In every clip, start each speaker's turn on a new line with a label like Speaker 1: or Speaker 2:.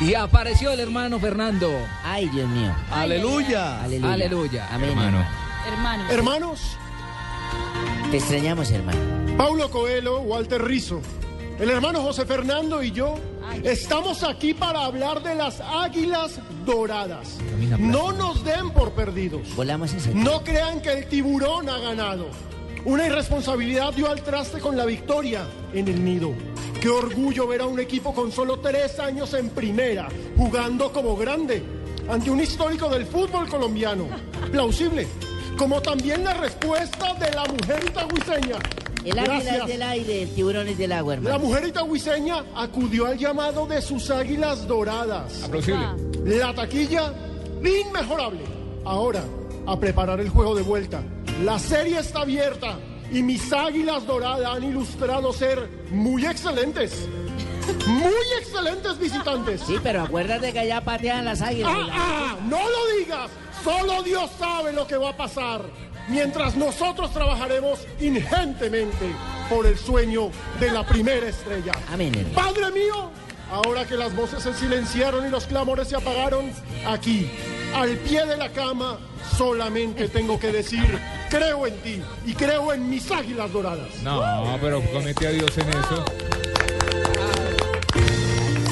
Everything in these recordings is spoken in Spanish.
Speaker 1: Y apareció el hermano Fernando.
Speaker 2: Ay, Dios mío.
Speaker 3: Aleluya.
Speaker 2: Aleluya.
Speaker 1: Aleluya.
Speaker 2: Amén.
Speaker 4: Hermano.
Speaker 5: Hermanos.
Speaker 3: Hermanos,
Speaker 2: Te extrañamos, hermano.
Speaker 3: Paulo Coelho, Walter Rizzo, el hermano José Fernando y yo estamos aquí para hablar de las águilas doradas.
Speaker 4: Camina, Blas.
Speaker 3: No nos den por perdidos.
Speaker 2: Volamos en serio.
Speaker 3: No crean que el tiburón ha ganado. Una irresponsabilidad dio al traste con la victoria en el nido. Qué orgullo ver a un equipo con solo tres años en primera, jugando como grande, ante un histórico del fútbol colombiano. Plausible. Como también la respuesta de la mujer itagüiseña.
Speaker 2: El águila es
Speaker 3: Gracias.
Speaker 2: del aire, el tiburón es del agua, hermano.
Speaker 3: La mujer itagüiseña acudió al llamado de sus águilas doradas.
Speaker 4: Aplausible.
Speaker 5: Ah.
Speaker 3: La taquilla inmejorable. Ahora, a preparar el juego de vuelta. La serie está abierta y mis águilas doradas han ilustrado ser muy excelentes. Muy excelentes visitantes.
Speaker 2: Sí, pero acuérdate que allá patean las águilas.
Speaker 3: ¡Ah, ah! ¡No lo digas! Solo Dios sabe lo que va a pasar. Mientras nosotros trabajaremos ingentemente por el sueño de la primera estrella.
Speaker 2: Amén, hermano.
Speaker 3: Padre mío, ahora que las voces se silenciaron y los clamores se apagaron, aquí, al pie de la cama, solamente tengo que decir, creo en ti y creo en mis águilas doradas.
Speaker 4: No, pero comete a Dios en eso.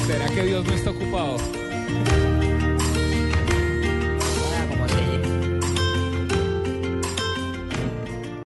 Speaker 4: ¿Será que Dios no está ocupado?
Speaker 3: Ah.